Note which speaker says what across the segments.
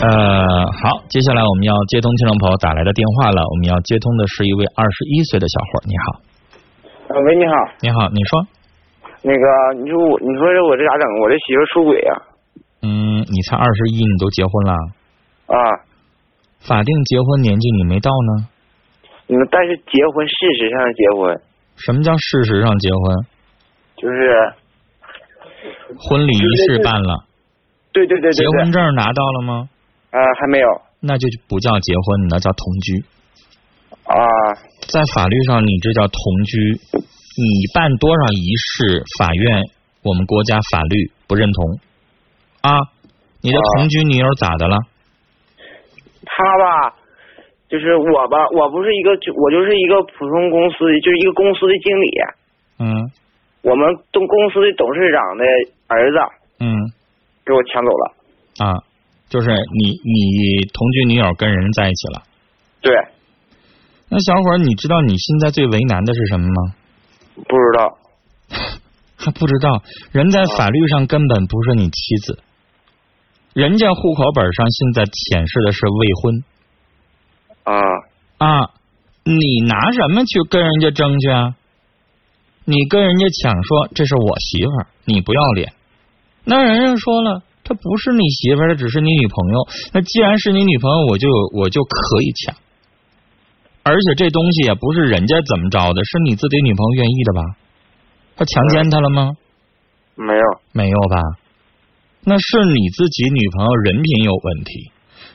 Speaker 1: 呃，好，接下来我们要接通听众朋友打来的电话了。我们要接通的是一位二十一岁的小伙儿，你好，
Speaker 2: 呃喂，你好，
Speaker 1: 你好，你说，
Speaker 2: 那个你说我，你说这我这咋整？我这媳妇出轨呀、
Speaker 1: 嗯，你才二十一，你都结婚了，
Speaker 2: 啊？
Speaker 1: 法定结婚年纪你没到呢？
Speaker 2: 嗯，但是结婚事实上是结婚，
Speaker 1: 什么叫事实上结婚？
Speaker 2: 就是
Speaker 1: 婚礼仪式办了，
Speaker 2: 对对对对
Speaker 1: 结
Speaker 2: 对
Speaker 1: 婚，证拿到了吗？
Speaker 2: 啊、还没有
Speaker 1: 那就不叫结婚，你那叫同居。
Speaker 2: 啊
Speaker 1: 在法律上，你这叫同居。你办多少仪式，法院我们国家法律不认同啊。你的同居女友咋的了？
Speaker 2: 他吧，就是我吧，我不是一个，就我就是一个普通公司，就是一个公司的经理，
Speaker 1: 嗯
Speaker 2: 我们东公司的董事长的儿子
Speaker 1: 嗯
Speaker 2: 给我抢走了，
Speaker 1: 啊，就是你你同居女友跟人在一起了。
Speaker 2: 对，
Speaker 1: 那小伙儿，你知道你现在最为难的是什么吗？
Speaker 2: 不知道
Speaker 1: 还不知道，人在法律上根本不是你妻子，人家户口本上现在显示的是未婚
Speaker 2: 啊，
Speaker 1: 啊，你拿什么去跟人家争去啊？你跟人家抢说这是我媳妇儿，你不要脸，那人家说了，她不是你媳妇儿，她只是你女朋友。那既然是你女朋友，我就我就可以抢，而且这东西也不是人家怎么着的，是你自己女朋友愿意的吧？他强奸她了吗？
Speaker 2: 没有，
Speaker 1: 没有吧？那是你自己女朋友人品有问题，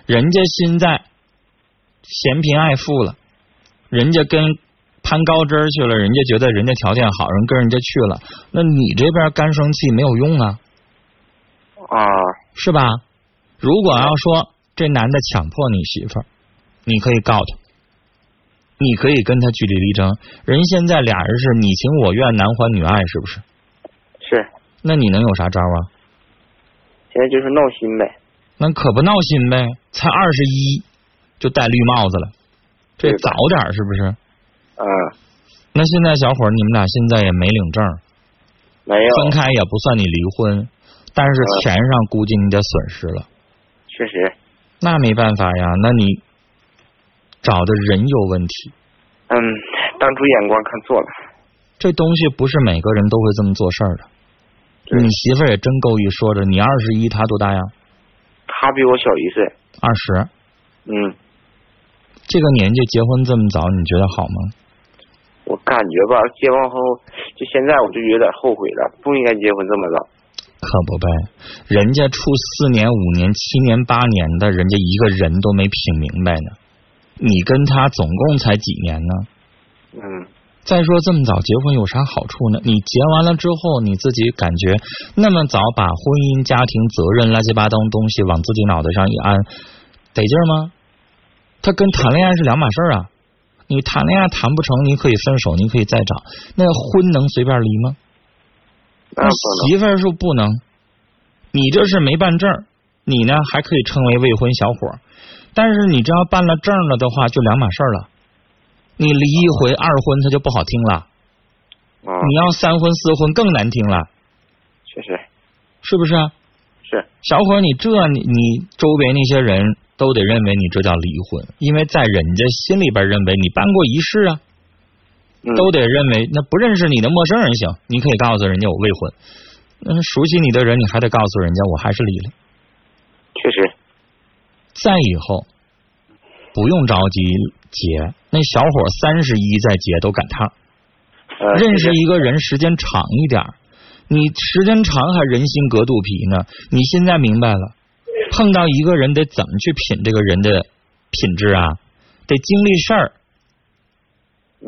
Speaker 1: 人家现在嫌贫爱富了，人家跟攀高枝儿去了，人家觉得人家条件好，人跟人家去了，那你这边干生气没有用啊，
Speaker 2: 啊
Speaker 1: 是吧？如果要说这男的强迫你媳妇儿，你可以告他，你可以跟他据理力争。人现在俩人是你情我愿，男欢女爱，是不是？
Speaker 2: 是，
Speaker 1: 那你能有啥招啊？
Speaker 2: 现在就是闹心呗，
Speaker 1: 那可不闹心呗，才二十一就戴绿帽子了，这
Speaker 2: 对
Speaker 1: 早
Speaker 2: 吧
Speaker 1: 点儿是不是？
Speaker 2: 嗯、
Speaker 1: 那现在小伙儿，你们俩现在也没领证儿，
Speaker 2: 哦没有，
Speaker 1: 分开也不算你离婚，但是
Speaker 2: 嗯
Speaker 1: 钱上估计你得损失了，
Speaker 2: 确实，
Speaker 1: 那没办法呀，那你找的人有问题，
Speaker 2: 嗯，当初眼光看错了。
Speaker 1: 这东西不是每个人都会这么做事儿的。
Speaker 2: 对
Speaker 1: 你媳妇儿也真够一说的，你二十一，她多大呀？
Speaker 2: 他比我小一岁。
Speaker 1: 二十，
Speaker 2: 嗯，
Speaker 1: 这个年纪结婚这么早，你觉得好吗？
Speaker 2: 我感觉吧，结完后就现在我就有点后悔了，不应该结婚这么早。
Speaker 1: 可不呗，人家处四年、五年、七年、八年的，人家一个人都没品明白呢。你跟他总共才几年呢？
Speaker 2: 嗯，
Speaker 1: 再说这么早结婚有啥好处呢？你结完了之后，你自己感觉那么早把婚姻、家庭责任、乱七八糟东西往自己脑袋上一安，得劲儿吗？他跟谈恋爱是两码事儿啊。你谈恋爱谈不成，你可以分手，你可以再找。那婚能随便离吗？
Speaker 2: 那啊不能。
Speaker 1: 媳妇儿说不能，你这是没办证儿，你呢还可以称为未婚小伙儿，但是你这要办了证儿了的话，就两码事儿了。你离一回二婚，它就不好听了；
Speaker 2: 啊，
Speaker 1: 你要三婚四婚更难听了，
Speaker 2: 确实
Speaker 1: 是不是啊？
Speaker 2: 是。
Speaker 1: 小伙儿，你这你你周围那些人都得认为你这叫离婚，因为在人家心里边认为你办过仪式啊，
Speaker 2: 嗯，
Speaker 1: 都得认为那不认识你的陌生人行，你可以告诉人家我未婚，嗯，熟悉你的人你还得告诉人家我还是离了。
Speaker 2: 确实
Speaker 1: 再以后不用着急结，那小伙三十一再结都赶趟儿。
Speaker 2: 呃
Speaker 1: 认识一个人时间长一点儿，你时间长还人心隔肚皮呢。你现在明白了，碰到一个人得怎么去品这个人的品质啊？得经历事儿，
Speaker 2: 嗯，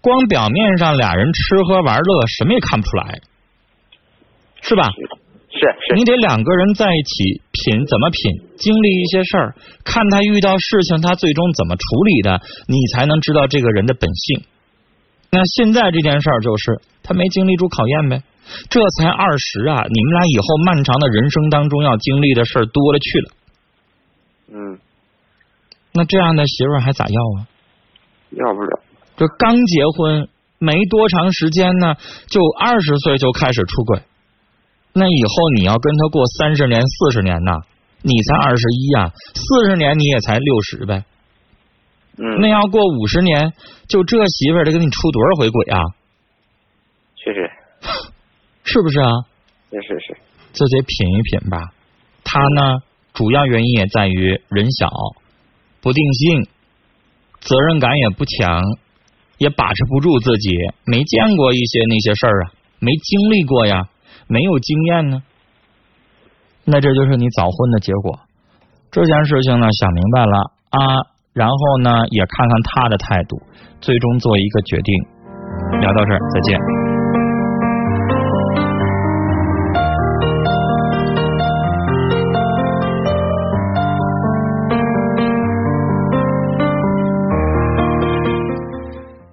Speaker 1: 光表面上俩人吃喝玩乐什么也看不出来，是吧？
Speaker 2: 是是
Speaker 1: 你得两个人在一起品怎么品，经历一些事儿，看他遇到事情他最终怎么处理的，你才能知道这个人的本性。那现在这件事儿就是他没经历住考验呗，这才二十啊！你们俩以后漫长的人生当中要经历的事儿多了去了，
Speaker 2: 嗯，
Speaker 1: 那这样的媳妇儿还咋要啊？
Speaker 2: 要不了。
Speaker 1: 这刚结婚没多长时间呢，就二十岁就开始出轨，那以后你要跟他过三十年、四十年呐，你才二十一呀，四十年你也才六十呗。
Speaker 2: 嗯，
Speaker 1: 那要过五十年，就这媳妇儿得给你出多少回轨啊？
Speaker 2: 确实，
Speaker 1: 是不是啊？
Speaker 2: 确实是，
Speaker 1: 这得品一品吧。他呢，主要原因也在于人小，不定性，责任感也不强，也把持不住自己，没见过一些那些事儿啊，没经历过呀，没有经验呢。那这就是你早婚的结果。这件事情呢，想明白了啊，然后呢，也看看他的态度，最终做一个决定。聊到这儿，再见。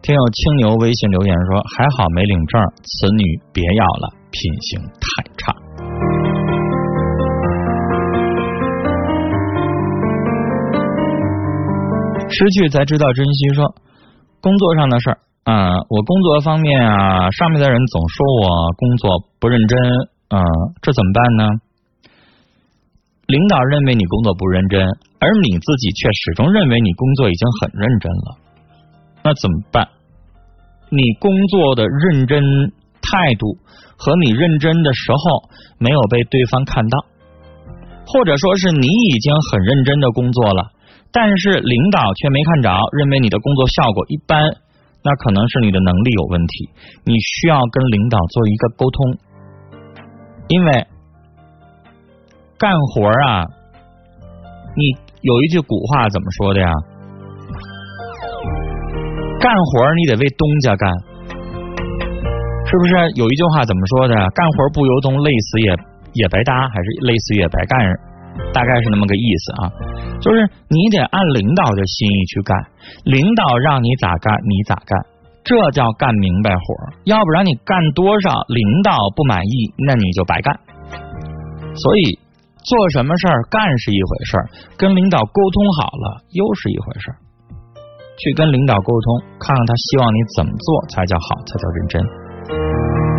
Speaker 1: 听友青牛微信留言说：“还好没领证，此女别要了，品行太差。”失去才知道珍惜说，工作上的事儿，嗯，我工作方面啊，上面的人总说我工作不认真，嗯，这怎么办呢？领导认为你工作不认真，而你自己却始终认为你工作已经很认真了。那怎么办？你工作的认真态度和你认真的时候没有被对方看到，或者说是你已经很认真的工作了，但是领导却没看着，认为你的工作效果一般，那可能是你的能力有问题，你需要跟领导做一个沟通，因为干活啊，你有一句古话怎么说的呀？干活儿你得为东家干，是不是？有一句话怎么说的？干活儿不由衷，累死也也白搭，还是累死也白干？大概是那么个意思啊。就是你得按领导的心意去干，领导让你咋干你咋干，这叫干明白活儿。要不然你干多少，领导不满意，那你就白干。所以做什么事儿干是一回事儿，跟领导沟通好了又是一回事儿。去跟领导沟通，看看他希望你怎么做才叫好，才叫认真。